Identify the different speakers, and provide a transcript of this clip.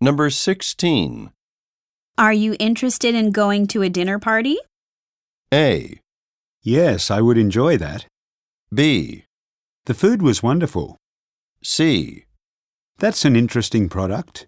Speaker 1: Number 16.
Speaker 2: Are you interested in going to a dinner party?
Speaker 1: A.
Speaker 3: Yes, I would enjoy that.
Speaker 1: B.
Speaker 3: The food was wonderful.
Speaker 1: C.
Speaker 3: That's an interesting product.